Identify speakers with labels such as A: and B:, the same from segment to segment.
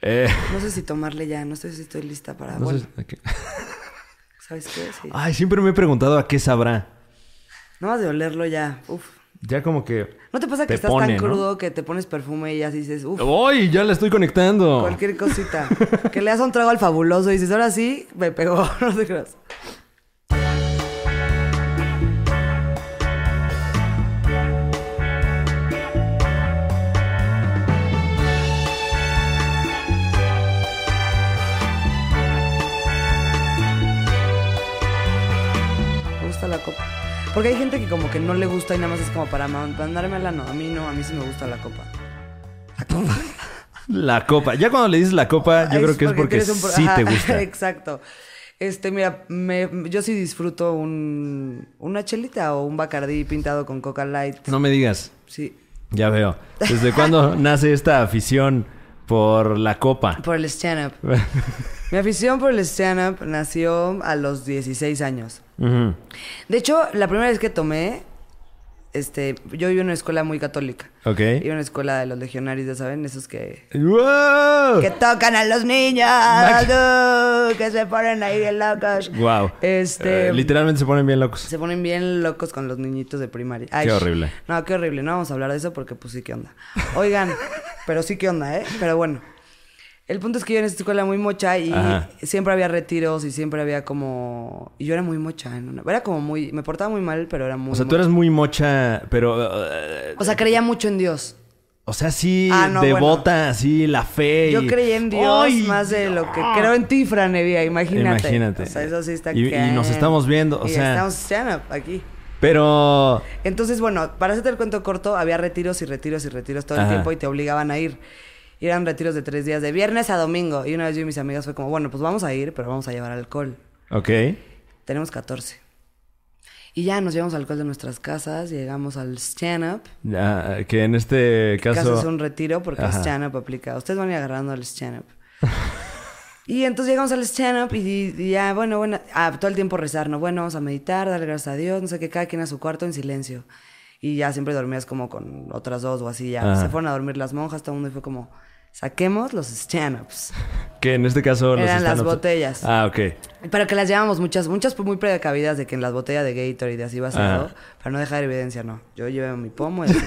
A: Eh, no sé si tomarle ya, no sé si estoy lista para.
B: no
A: bueno,
B: sé- Ah. ok.
A: ¿sabes qué? Sí.
B: Ay, siempre me he preguntado a qué sabrá.
A: Nada más de olerlo ya. Uf.
B: Ya como que.
A: ¿No te pasa que
B: Te
A: estás
B: pone,
A: tan
B: ¿no?
A: crudo que te pones perfume y así dices, uf,
B: ¡Ay! Ya la estoy conectando.
A: cualquier cosita? que le das un trago al fabuloso y dices, ahora sí, me pegó, no te creas. Me gusta la copa. Porque hay gente que como que no le gusta y nada más es como para ma- mandármela, no. A mí no, a mí sí me gusta la copa.
B: La copa. Ya cuando le dices la copa, yo creo que es porque
A: tienes un pro-
B: sí
A: Ajá,
B: te gusta.
A: Exacto. Este, mira, me- yo sí disfruto un, una chelita o un bacardí pintado con coca light.
B: No me digas.
A: Sí.
B: Ya veo. ¿Desde cuándo nace esta afición por la copa?
A: Por el stand-up. Mi afición por el stand-up nació a los 16 años.
B: Ujú.
A: De hecho, la primera vez que tomé, este, yo iba en una escuela muy católica.
B: Ok.
A: Iba en una escuela de los legionarios, ya saben, esos que
B: ¡Wow!
A: Que tocan a los niños, uh, que se ponen ahí bien locos.
B: Wow.
A: Este,
B: Eh, literalmente se ponen bien locos.
A: se ponen bien locos con los niñitos de primaria. Ay,
B: Qué horrible.
A: No, qué horrible. No vamos a hablar de eso porque pues sí, qué onda. Oigan, pero sí, qué onda, ¿eh? Pero bueno. El punto es que yo en esta escuela muy mocha y
B: Ajá.
A: siempre había retiros y siempre había como... Y yo era muy mocha. en una- Era como muy... Me portaba muy mal, pero era muy...
B: O sea, tú
A: mocha.
B: eres muy mocha, pero. eh,
A: O sea, creía mucho en Dios.
B: o sea, sí,
A: Ah, no,
B: devota, así, la fe.
A: Yo
B: y-
A: creí en Dios
B: ¡Ay! Ah.
A: más de lo que creo en ti, Franevia, imagínate.
B: Imagínate.
A: O sea, eso sí está
B: Y- y
A: cañón.
B: nos estamos viendo, o
A: Y
B: sea-
A: estamos stand-up aquí.
B: Pero.
A: Entonces, bueno, para hacerte el cuento corto, había retiros y retiros y retiros todo el
B: Ajá.
A: tiempo y te obligaban a ir. Y eran retiros de tres días, de viernes a domingo. Y una vez yo y mis amigas fue como, bueno, pues vamos a ir, pero vamos a llevar alcohol.
B: Ok.
A: Tenemos 14. Y ya nos llevamos alcohol de nuestras casas, llegamos al stand-up.
B: Ya, que en este
A: caso,
B: caso.
A: es un retiro porque
B: Ajá.
A: es stand-up aplicado. Ustedes van a ir agarrando al stand-up. y entonces llegamos al stand-up y, y ya, bueno, bueno, ah, todo el tiempo rezar, ¿no? Bueno, vamos a meditar, darle gracias a Dios, no sé qué, cada quien a su cuarto en silencio. Y ya siempre dormías como con otras dos o así, ya.
B: Ajá.
A: Se fueron a dormir las monjas, todo el mundo y fue como, saquemos los stand-ups.
B: Que en este caso. los
A: Eran las
B: stand-ups-
A: botellas.
B: Ah, ok.
A: Pero que las llevamos muchas, muchas pues, muy precavidas de que en las botellas de Gator y de así basado,
B: Ajá.
A: para no dejar evidencia, no. Yo llevé mi pomo y así.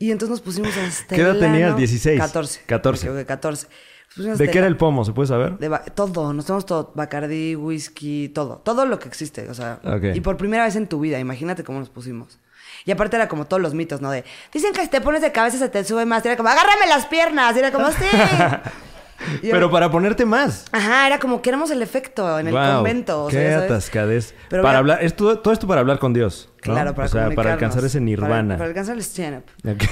A: Y entonces nos pusimos hasta
B: ¿Qué edad
A: el
B: tenías?
A: ano-
B: 16.
A: 14.
B: 14.
A: Creo que 14. Nos pusimos
B: ¿De
A: hasta
B: qué era el
A: ano-
B: pomo? ¿Se puede saber?
A: de ba- todo, nos tomamos todo. Bacardí, whisky, todo. Todo lo que existe, o sea.
B: Ok.
A: Y por primera vez en tu vida, imagínate cómo nos pusimos. Y aparte era como todos los mitos, ¿no? De, dicen que si te pones de cabeza se te sube más. Y era como, agárrame las piernas. Y era como, sí. Y era-
B: Pero para ponerte más.
A: Ajá, era como que éramos el efecto en el
B: Guau,
A: convento. o sea,
B: qué
A: ya sabes.
B: atascadez.
A: Pero
B: para
A: mira-
B: hablar, esto, todo esto para hablar con Dios. ¿no?
A: Claro, para
B: O sea, para
A: comunicarnos,
B: alcanzar ese
A: para-
B: nirvana.
A: Para, alcanzar el stand-up.
B: Ok.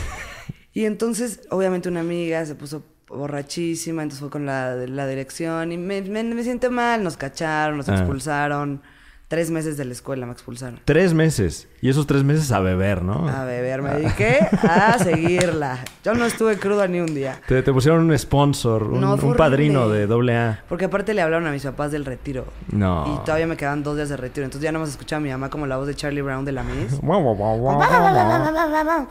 A: Y entonces, obviamente, una amiga se puso borrachísima, entonces fue con la, la dirección y me, me- me siento mal. Nos cacharon, nos
B: Ah.
A: expulsaron. Tres meses de la escuela me expulsaron.
B: Tres meses. Y esos tres meses a beber, ¿no? Ah.
A: A beber, me dediqué a seguirla. Yo no estuve cruda ni un día.
B: Te, te pusieron un sponsor, un,
A: No, fue
B: un padrino
A: horrible.
B: de doble A.
A: Porque aparte le hablaron a mis papás del retiro.
B: No.
A: Y todavía me quedaban dos días de retiro. Entonces ya no más escuchaba a mi mamá como la voz de Charlie Brown de la Miss.
B: Guau, guau, guau, guau, guau.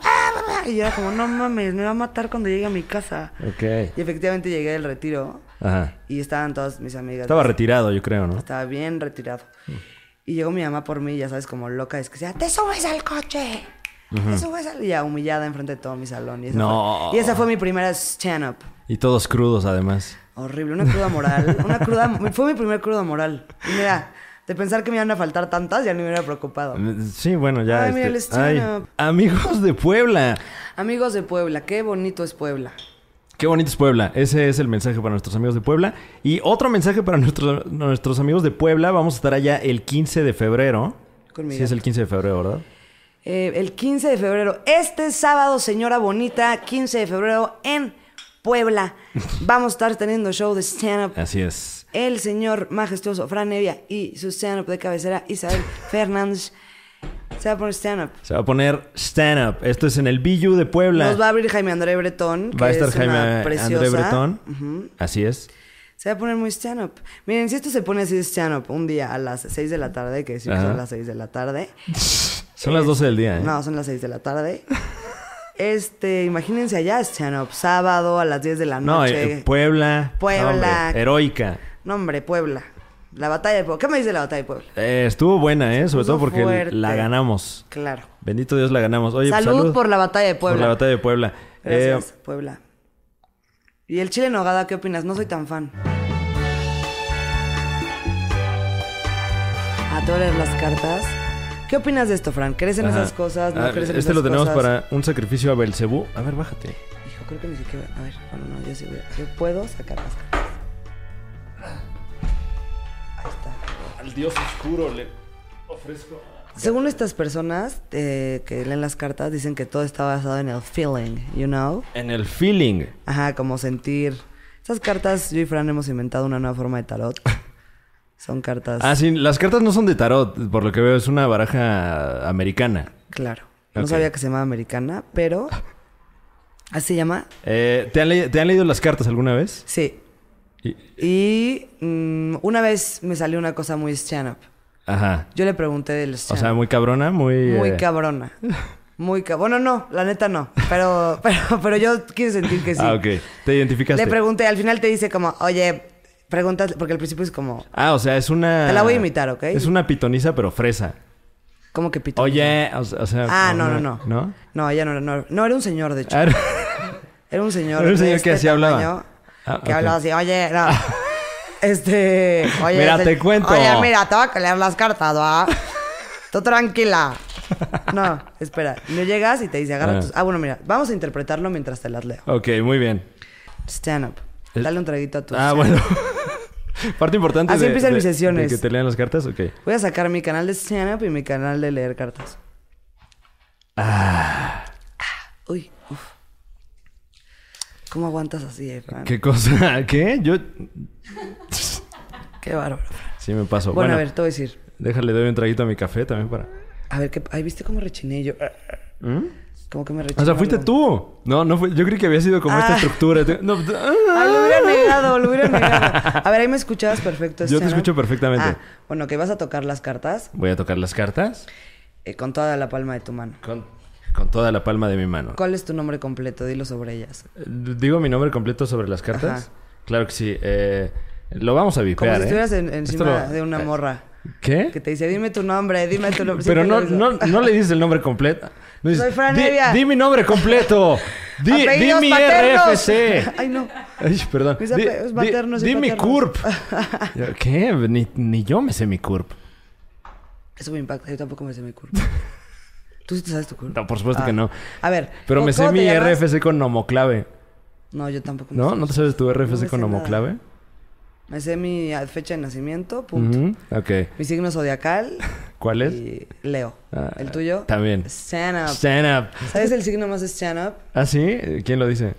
A: Y yo era como, no mames, me va a matar cuando llegue a mi casa.
B: Ok.
A: Y efectivamente llegué del retiro
B: Ajá.
A: y estaban todas mis amigas.
B: Estaba Mm. retirado, yo creo, ¿no?
A: Estaba bien retirado. Y llegó mi mamá por mí, ya sabes, como loca, es que decía, te subes al coche. Te subes al... Y ya humillada enfrente de todo mi salón. Y esa,
B: No.
A: fue, y esa fue mi primera stand-up.
B: Y todos crudos, además.
A: Horrible, una cruda moral. Una cruda... Fue mi primer cruda moral. Y mira, de pensar que me iban a faltar tantas, ya ni me hubiera preocupado.
B: Mm. Sí, bueno, ya. este,
A: Ay, mira el stand-up.
B: amigos de Puebla.
A: Amigos de Puebla, qué bonito es Puebla.
B: Qué bonito es Puebla. Ese es el mensaje para nuestros amigos de Puebla. Y otro mensaje para nuestros, nuestros amigos de Puebla. Vamos a estar allá el 15 de febrero.
A: Con mi
B: sí, es el 15 de febrero, ¿verdad?
A: Eh, el 15 de febrero, este sábado, señora bonita, 15 de febrero en Puebla. Vamos a estar teniendo show de stand-up.
B: Así es.
A: El señor majestuoso Fran Evia y su stand-up de cabecera Isabel Fernández se va a poner stand-up.
B: Se va a poner stand-up. Esto es en el Billu de Puebla.
A: Nos va a abrir Jaime André Bretón.
B: Va a
A: que
B: estar
A: es
B: Jaime
A: una
B: André
A: preciosa.
B: Bretón. Así es.
A: Se va a poner muy stand-up. Miren, si esto se pone así de stand-up un día a las 6 de la tarde, que decimos
B: Ajá.
A: a las 6 de la tarde.
B: Son las 12 del día, ¿eh?
A: No, son las 6 de la tarde. Este, imagínense allá, stand-up. Sábado a las 10 de la
B: No,
A: noche.
B: eh, Puebla.
A: Puebla.
B: no, hombre, heroica.
A: No, hombre, Puebla. La batalla de Puebla. ¿Qué me dice la batalla de Puebla?
B: Eh, estuvo buena, ¿eh? Sobre
A: Puso
B: todo porque
A: fuerte.
B: la ganamos.
A: Claro.
B: Bendito Dios, la ganamos. Oye, pues,
A: salud, por la batalla de Puebla.
B: Por la batalla de Puebla. Eh,
A: Gracias, Puebla. ¿Y el chile en nogada qué opinas? No soy tan fan. A tú lees las cartas. ¿Qué opinas de esto, Fran? ¿Crees en
B: ajá.
A: esas cosas? ¿No
B: Ah,
A: crees en
B: este
A: esas
B: lo tenemos
A: cosas?
B: para un sacrificio a Belcebú. A ver, bájate.
A: Hijo, creo que ni siquiera... A ver, bueno, no, yo sí voy a- Yo puedo sacar las cartas. Ahí está.
B: Al dios oscuro le ofrezco.
A: Según estas personas eh, que leen las cartas, dicen que todo está basado en el feeling, you know?
B: En el feeling.
A: Ajá, como sentir. Esas cartas, yo y Fran hemos inventado una nueva forma de tarot. Son cartas.
B: Ah, sí, las cartas no son de tarot, por lo que veo, es una baraja americana.
A: Claro. No
B: Ok.
A: sabía que se llamaba americana, pero. ¿Así se llama?
B: Eh, ¿te, han le- te han leído las cartas alguna vez?
A: Sí.
B: Y-
A: Y mm, una vez me salió una cosa muy stand-up.
B: Ajá.
A: Yo le pregunté del
B: O sea,
A: stand-up.
B: muy cabrona, muy.
A: muy
B: eh,
A: cabrona. Muy cabrona. Bueno, no, la neta no. Pero, pero, pero yo quiero sentir que sí.
B: Ah, ok. Te identificaste.
A: Le pregunté, al final te dice como, oye, preguntas, porque al principio es como,
B: ah, o sea, es una.
A: Te la voy a imitar, ¿ok?
B: Es una pitoniza, pero fresa.
A: ¿cómo que pito?
B: Oye, o, o sea.
A: Ah, no,
B: una-
A: no, no.
B: ¿No?
A: No, ella no era. No, no, era un señor, de hecho.
B: Ah,
A: Era un señor.
B: Era un
A: de este
B: señor que así hablaba. Ah,
A: que
B: ok.
A: hablaba así, oye, no. Este. Oye,
B: Mira,
A: se-
B: te cuento.
A: Oye, mira, te voy a leer las cartas, ¿va? Tú tranquila. No, espera. No llegas y te dice, agarra
B: Ah.
A: tus. Ah, bueno, mira, vamos a interpretarlo mientras te las leo.
B: ok, muy bien.
A: Stand up.
B: El-
A: Dale un traguito a tu.
B: Ah, bueno. Parte importante.
A: Así
B: de-
A: empiezan
B: de-
A: mis sesiones.
B: de que te lean las cartas, ok.
A: Voy a sacar mi canal de stand up y mi canal de leer cartas. Ah. Uy, uf. ¿Cómo aguantas así, eh, Fran?
B: ¿Qué cosa? ¿Qué? Yo.
A: Qué bárbaro.
B: Sí, me paso.
A: Bueno,
B: Bueno,
A: a ver, te voy a decir.
B: déjale, doy un traguito a mi café también para.
A: A ver, ¿qué, ay, ¿viste cómo rechiné yo? Como que me rechiné.
B: ¿Mm? O sea, fuiste
A: algo.
B: tú. No, no fue. Yo creí que había sido como
A: Ah.
B: esta estructura. Te- No, ¡Ah! t-
A: Ay, lo hubiera negado, lo hubiera negado. A ver, ahí me escuchabas perfecto.
B: Yo te
A: Shannon.
B: escucho perfectamente.
A: Ah, bueno, que vas a tocar las cartas
B: Voy a tocar las cartas
A: eh, con toda la palma de tu mano.
B: con, con toda la palma de mi mano.
A: ¿Cuál es tu nombre completo? Dilo sobre ellas.
B: ¿Digo mi nombre completo sobre las cartas? Claro que sí. eh, lo vamos a
A: Como
B: vipear,
A: si
B: ¿eh?
A: estuvieras en-
B: Esto
A: encima
B: lo- Eh.
A: de una morra.
B: ¿Qué?
A: Que te dice, dime tu nombre, dime tu nombre.
B: Pero
A: Siempre
B: no,
A: lo
B: no,
A: hizo.
B: no le dices el nombre completo. No dices,
A: Soy Fran
B: "Di-
A: Evia".
B: di, mi nombre completo. Di, di
A: Apellidos
B: mi
A: paternos.
B: RFC.
A: Ay, no.
B: Ay, perdón.
A: Mis
B: Di,
A: apellidos
B: di-
A: maternos y
B: di mi
A: paternos.
B: CURP. Yo, ¿Qué? Ni, ni yo me sé mi CURP.
A: Eso me impacta. Yo tampoco me sé mi curva. ¿Tú sí te sabes tu curva?
B: No, por supuesto que no.
A: A ver.
B: Pero
A: Ah. ¿cómo-
B: me sé
A: cómo te
B: mi
A: llamas?
B: RFC con nomoclave.
A: No, yo tampoco. me
B: ¿No?
A: sé.
B: ¿No te sabes tu RFC
A: me
B: con
A: sé nada.
B: nomoclave?
A: Me sé mi ah, fecha de nacimiento, punto.
B: Ujú, Ok.
A: Mi signo zodiacal
B: ¿Cuál es?
A: y Leo.
B: Ah,
A: ¿El tuyo?
B: también.
A: Stand up.
B: Stand up.
A: ¿Sabes el signo más stand up?
B: ¿Ah, sí? ¿Quién lo dice?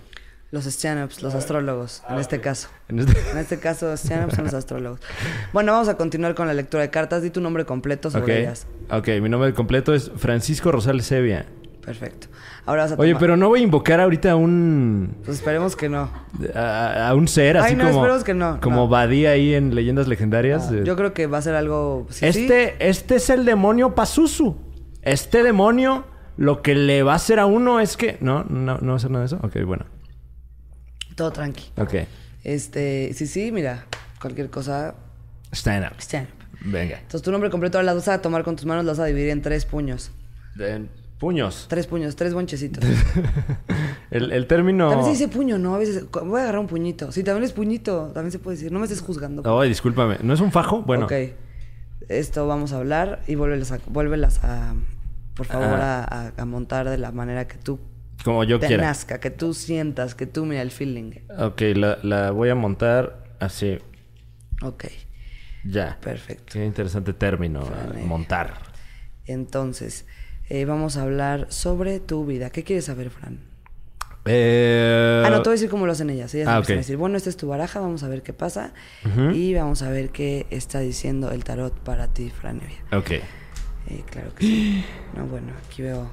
A: Los stand ups, los astrólogos, en este caso.
B: En este-
A: En este caso, stand ups son los astrólogos. Bueno, vamos a continuar con la lectura de cartas. Di tu nombre completo sobre
B: Ok.
A: ellas.
B: Ok, mi nombre completo es Francisco Rosales Sevia.
A: Perfecto. Ahora vas a
B: Oye,
A: tomar-
B: pero no voy a invocar ahorita a un.
A: Pues esperemos que no.
B: a, a un ser
A: Ay,
B: así
A: no,
B: como.
A: esperemos que no,
B: Como
A: no.
B: Badía ahí en Leyendas Legendarias. Eh,
A: Yo creo que va a ser algo... pues, sí, sí.
B: este, este es el demonio Pazuzu. Este demonio lo que le va a hacer a uno es que. No, no, no va a hacer nada de eso. Ok, bueno.
A: Todo tranqui.
B: Ok.
A: Este, sí, sí, mira. Cualquier cosa,
B: Stand up.
A: stand up.
B: Venga.
A: Entonces tu nombre completo ahora las vas a tomar con tus manos, las vas a dividir en tres puños.
B: De- puños.
A: Tres puños, tres bonchecitos.
B: el, el término.
A: También se dice puño, ¿no? A veces cu- voy a agarrar un puñito. Sí, también es puñito. También se puede decir. No me estés juzgando.
B: Ay, discúlpame. ¿No es un fajo? Bueno.
A: Ok. Esto vamos a hablar y vuélvelas a, vuélvelas a por favor, a, a- a montar de la manera que tú
B: Como yo
A: te
B: quiera.
A: nazca, que tú sientas, que tú mira el feeling.
B: Ok, la, la voy a montar así.
A: Ok,
B: Ya.
A: perfecto.
B: Qué interesante término. eh, montar.
A: Entonces, eh, vamos a hablar sobre tu vida. ¿Qué quieres saber, Fran?
B: Eh,
A: Ah, no, te voy a decir cómo lo hacen ellas. Ellas
B: Ah,
A: empiezan a
B: ok.
A: decir, bueno, esta es tu baraja, vamos a ver qué pasa. Y vamos a ver qué está diciendo el tarot para ti, Franevia.
B: Ok.
A: Eh, claro que sí. No, bueno, aquí veo...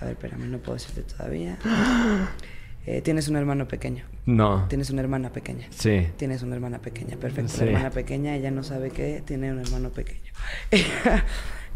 A: A ver, espérame, no puedo decirte todavía. Eh, tienes un hermano pequeño.
B: No.
A: Tienes una hermana pequeña.
B: Sí. Eh,
A: Tienes una hermana pequeña, perfecto.
B: Sí.
A: La hermana pequeña, ella no sabe que tiene un hermano pequeño.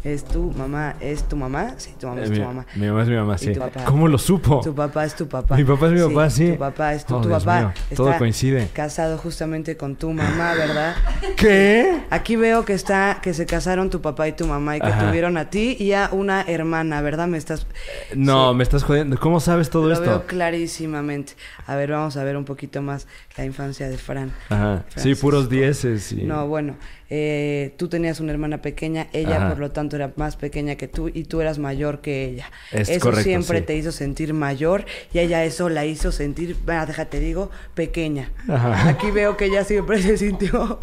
A: es tu mamá, es tu mamá, sí, tu mamá
B: Eh,
A: es
B: mi,
A: tu mamá.
B: mi mamá es mi mamá,
A: Y
B: sí.
A: tu papá.
B: ¿Cómo lo supo?
A: Tu papá es tu papá.
B: Oh. Mi papá es mi papá, sí.
A: Tu papá es tu,
B: Oh,
A: tu
B: Dios
A: papá.
B: mío, todo
A: está
B: coincide.
A: Casado justamente con tu mamá, ¿verdad?
B: ¿Qué?
A: Aquí veo que está, que se casaron tu papá y tu mamá y que
B: Ajá.
A: tuvieron a ti y a una hermana, ¿verdad? Me estás.
B: No, me estás jodiendo. ¿Cómo sabes todo
A: Lo
B: esto?
A: veo clarísimamente. A ver, vamos a ver un poquito más la infancia de Fran.
B: Ajá. Sí,
A: Francisco.
B: puros dieces. Y...
A: No, bueno, eh, tú tenías una hermana pequeña, ella
B: Ajá.
A: por lo tanto era más pequeña que tú y tú eras mayor que ella.
B: Es
A: eso
B: correcto,
A: siempre
B: sí.
A: te hizo sentir mayor y ella eso la hizo sentir, ah, déjate digo, pequeña.
B: Ajá.
A: Aquí veo que ella siempre se sintió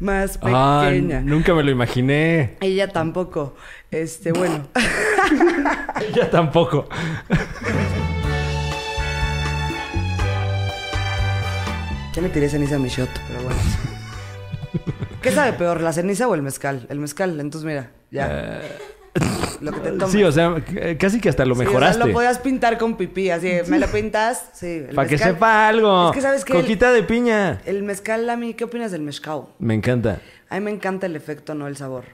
A: más
B: Ah,
A: pequeña.
B: nunca me lo imaginé.
A: Ella tampoco. Este, bueno.
B: Ya tampoco.
A: Ya me tiré ceniza a mi shot, pero bueno. ¿Qué sabe peor, la ceniza o el mezcal? El mezcal, entonces mira, ya. Lo que te tomas.
B: Eh, Sí, o sea, c- eh, casi que hasta lo
A: Sí, o sea,
B: mejoraste.
A: lo podías pintar con pipí, así, de, me lo pintas, sí. el
B: Para que
A: mezcal-
B: sepa algo.
A: Es que sabes que el,
B: Coquita de piña.
A: el mezcal, a mí, ¿qué opinas del mezcal?
B: Me encanta.
A: A mí me encanta el efecto, no el sabor.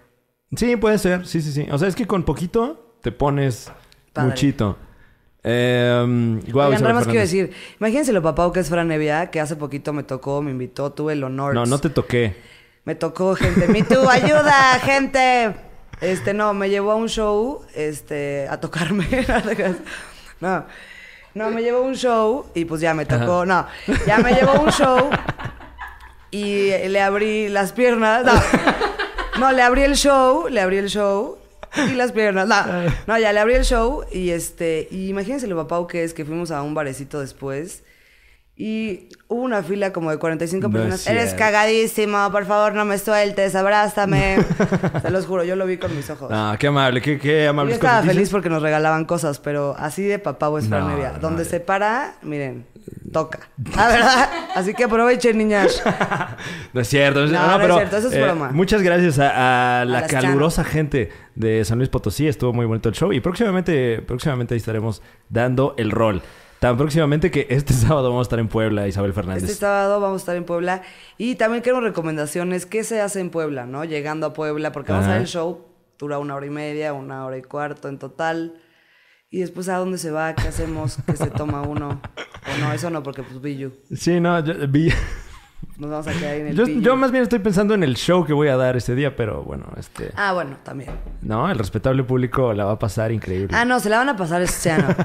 B: Sí, puede ser. Sí, sí, sí. O sea, es que con poquito te pones
A: Padre.
B: muchito. Eh, guau,
A: Oigan,
B: Isabel
A: nada más quiero
B: Fernández.
A: decir, imagínense lo papá que es Fran Evia, que hace poquito me tocó, me invitó, tuve el honor.
B: No, no te toqué.
A: Me tocó gente. Me Too, ayuda, gente. Este, no, me llevó a un show, este, a tocarme. no, no, me llevó a un show y pues ya me tocó. No, ya me llevó a un show y le abrí las piernas. No, no, le abrí el show, le abrí el show y las piernas. No, no, ya le abrí el show y este, y imagínense lo papau que es que fuimos a un barecito después. Y hubo una fila como de
B: No
A: 45
B: es
A: personas. Eres
B: cierto.
A: cagadísimo, por favor, no me sueltes, abrázame. Se los juro, yo lo vi con mis ojos.
B: Ah, qué amable, qué, qué amable.
A: yo estaba feliz porque nos regalaban cosas, pero así de papá es Fran
B: No,
A: Evia.
B: no,
A: Donde
B: yo-
A: se para, miren, toca. La verdad. Así que aprovechen, niñas.
B: No es cierto, no, es-
A: No,
B: no,
A: no es
B: pero,
A: cierto, eso es
B: eh,
A: broma.
B: Muchas gracias a, a la
A: las
B: calurosa gente de San Luis Potosí. Estuvo muy bonito el show y próximamente, próximamente ahí estaremos dando el rol. Tan próximamente que este sábado vamos a estar en Puebla, Isabel Fernández.
A: Este sábado vamos a estar en Puebla. Y también queremos recomendaciones. ¿Qué se hace en Puebla, no? Llegando a Puebla, porque vamos a
B: Ajá.
A: ver el show. Dura una hora y media, una hora y cuarto en total. Y después, ¿a dónde se va? ¿Qué hacemos? ¿Qué se toma uno? O no, eso no, porque pues Billu.
B: Sí, no, yo, vi-
A: Nos vamos a quedar ahí en el
B: yo,
A: Billu.
B: yo más bien estoy pensando en el show que voy a dar ese día, pero bueno, este...
A: Ah, bueno, también.
B: No, el respetable público la va a pasar increíble.
A: Ah, no, se la van a pasar stand-up.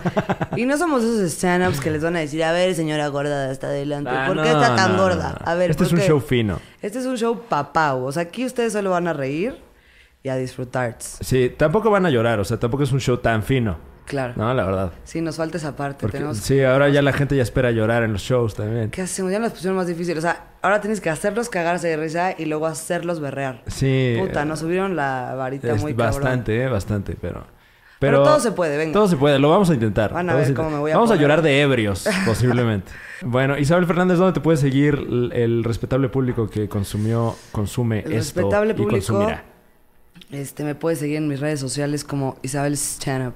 A: y no somos esos stand-ups que les van a decir, a ver, señora gorda de hasta adelante,
B: Ah,
A: ¿por
B: no,
A: qué está tan
B: no, no,
A: gorda?
B: no.
A: A ver,
B: Este es
A: ¿por
B: un
A: qué?
B: show fino.
A: Este es un show papau. O sea, aquí ustedes solo van a reír y a disfrutar.
B: Sí, tampoco van a llorar, o sea, tampoco es un show tan fino.
A: Claro.
B: No, la verdad.
A: Sí, nos falta esa parte.
B: Porque-
A: Tenemos...
B: sí, ahora ya la gente ya espera llorar en los shows también.
A: ¿Qué hacemos? Ya nos pusieron más difícil. O sea, ahora tienes que hacerlos cagarse de risa y luego hacerlos berrear.
B: Sí.
A: Puta,
B: eh,
A: nos subieron la varita
B: es
A: muy cabrón.
B: Este, Bastante, eh, bastante, pero...
A: Pero todo se puede, venga.
B: Todo se puede, lo vamos a intentar.
A: Van a
B: Todo
A: ver
B: se-
A: cómo me voy a
B: Vamos a
A: poner.
B: llorar de ebrios, posiblemente. bueno, Isabel Fernández, ¿dónde te puede seguir l- el respetable público que consumió, consume
A: El
B: esto
A: respetable
B: y
A: público-
B: consumirá?
A: Este, me puedes seguir en mis redes sociales como Isabel Stand-up.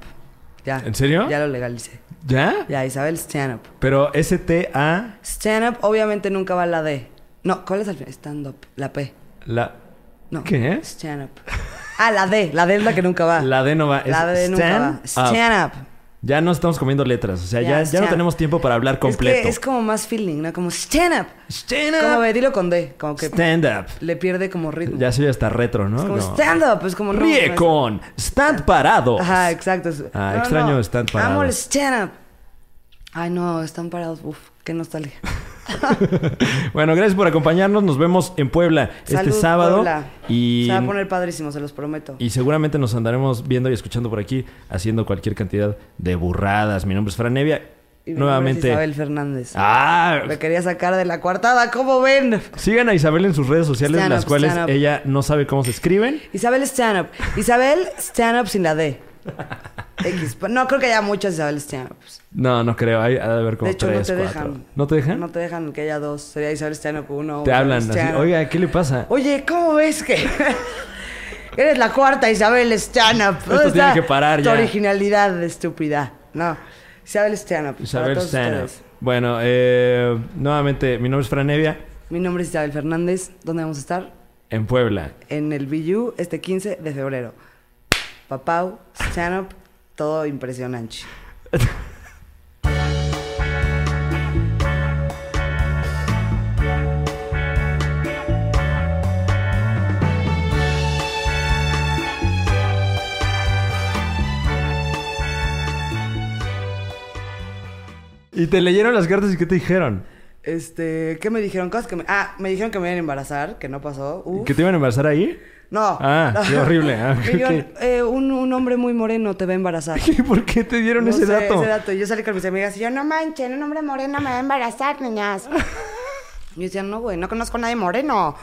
A: Ya.
B: ¿En serio?
A: Ya lo legalicé.
B: ¿Ya?
A: Ya, Isabel Stand-up.
B: Pero STA,
A: Stand-up obviamente nunca va la D. No, ¿cuál es al final? Stand-up, la P.
B: la...
A: No.
B: ¿Qué es?
A: Stand-up. Ah, la D, la D es la que nunca va.
B: La D no va. es
A: La D nunca va.
B: stand up.
A: Stand-up.
B: Ya no estamos comiendo letras. O sea,
A: Ya,
B: ya, ya no
A: stand-
B: tenemos tiempo para hablar
A: Es
B: completo.
A: que es como más feeling, ¿no? Como stand-up.
B: Stand
A: Como
B: up.
A: ve, dilo con D, como que
B: Stand up.
A: le pierde como ritmo.
B: Ya soy hasta retro, ¿no?
A: Es como
B: No.
A: stand-up, es como... no, no
B: Ríe
A: es-
B: con stand parado.
A: Ajá, exacto. es-
B: Ah, extraño stand parados.
A: Amo el stand-up. Ay, no, están parados. Uf, qué nostalgia.
B: bueno, gracias por acompañarnos. Nos vemos en Puebla este
A: Salud,
B: sábado.
A: Puebla.
B: Y,
A: Se va a poner padrísimo, se los prometo.
B: y seguramente nos andaremos viendo y escuchando por aquí haciendo cualquier cantidad de burradas. Mi nombre es Fran Evia.
A: Y mi nombre es
B: Nuevamente.
A: Isabel Fernández.
B: Ah,
A: Me quería sacar de la coartada, ¿cómo ven?
B: sigan a Isabel en sus redes sociales,
A: Stand
B: las
A: up,
B: cuales
A: stand up.
B: ella no sabe cómo se escriben.
A: Isabel Stand-Up. Isabel Stand-Up sin la D. X. pues, No, creo que haya muchas Isabel Stand-Ups.
B: No, no creo. Hay, ha de haber como
A: De hecho, no
B: tres,
A: te
B: cuatro.
A: dejan.
B: ¿No te dejan?
A: No te dejan que haya dos. Sería Isabel Stand-Up uno.
B: te
A: Isabel
B: hablan así.
A: Stand-Up.
B: Oiga, ¿qué le pasa?
A: Oye, ¿cómo ves que...? Eres la cuarta Isabel Stand-Up.
B: Esto tiene que parar
A: tu
B: ya.
A: originalidad, estúpida. No. Isabel Stand-Up. para
B: Isabel
A: todos
B: Stand-Up.
A: ustedes.
B: Bueno, eh, nuevamente, mi nombre es Fran Evia,
A: Mi nombre es Isabel Fernández. ¿Dónde vamos a estar?
B: en Puebla.
A: En el BU este 15 de febrero. papau, stand-up, todo impresionante.
B: ¿Y te leyeron las cartas y qué te dijeron?
A: Este, ¿qué me dijeron? Cosas que me... Ah, me dijeron que me iban a embarazar, que no pasó. Uf.
B: ¿Que te iban a embarazar ahí?
A: No.
B: Ah,
A: no.
B: qué horrible, ah,
A: Me dijeron,
B: ok.
A: eh, un, un hombre muy moreno te va a embarazar.
B: ¿Y por qué te dieron
A: No
B: ese
A: sé,
B: dato?
A: Ese dato. Y Yo salí con mis amigas y yo, no manchen, un hombre moreno me va a embarazar, niñas. Y yo decía, no, güey, no conozco a nadie moreno.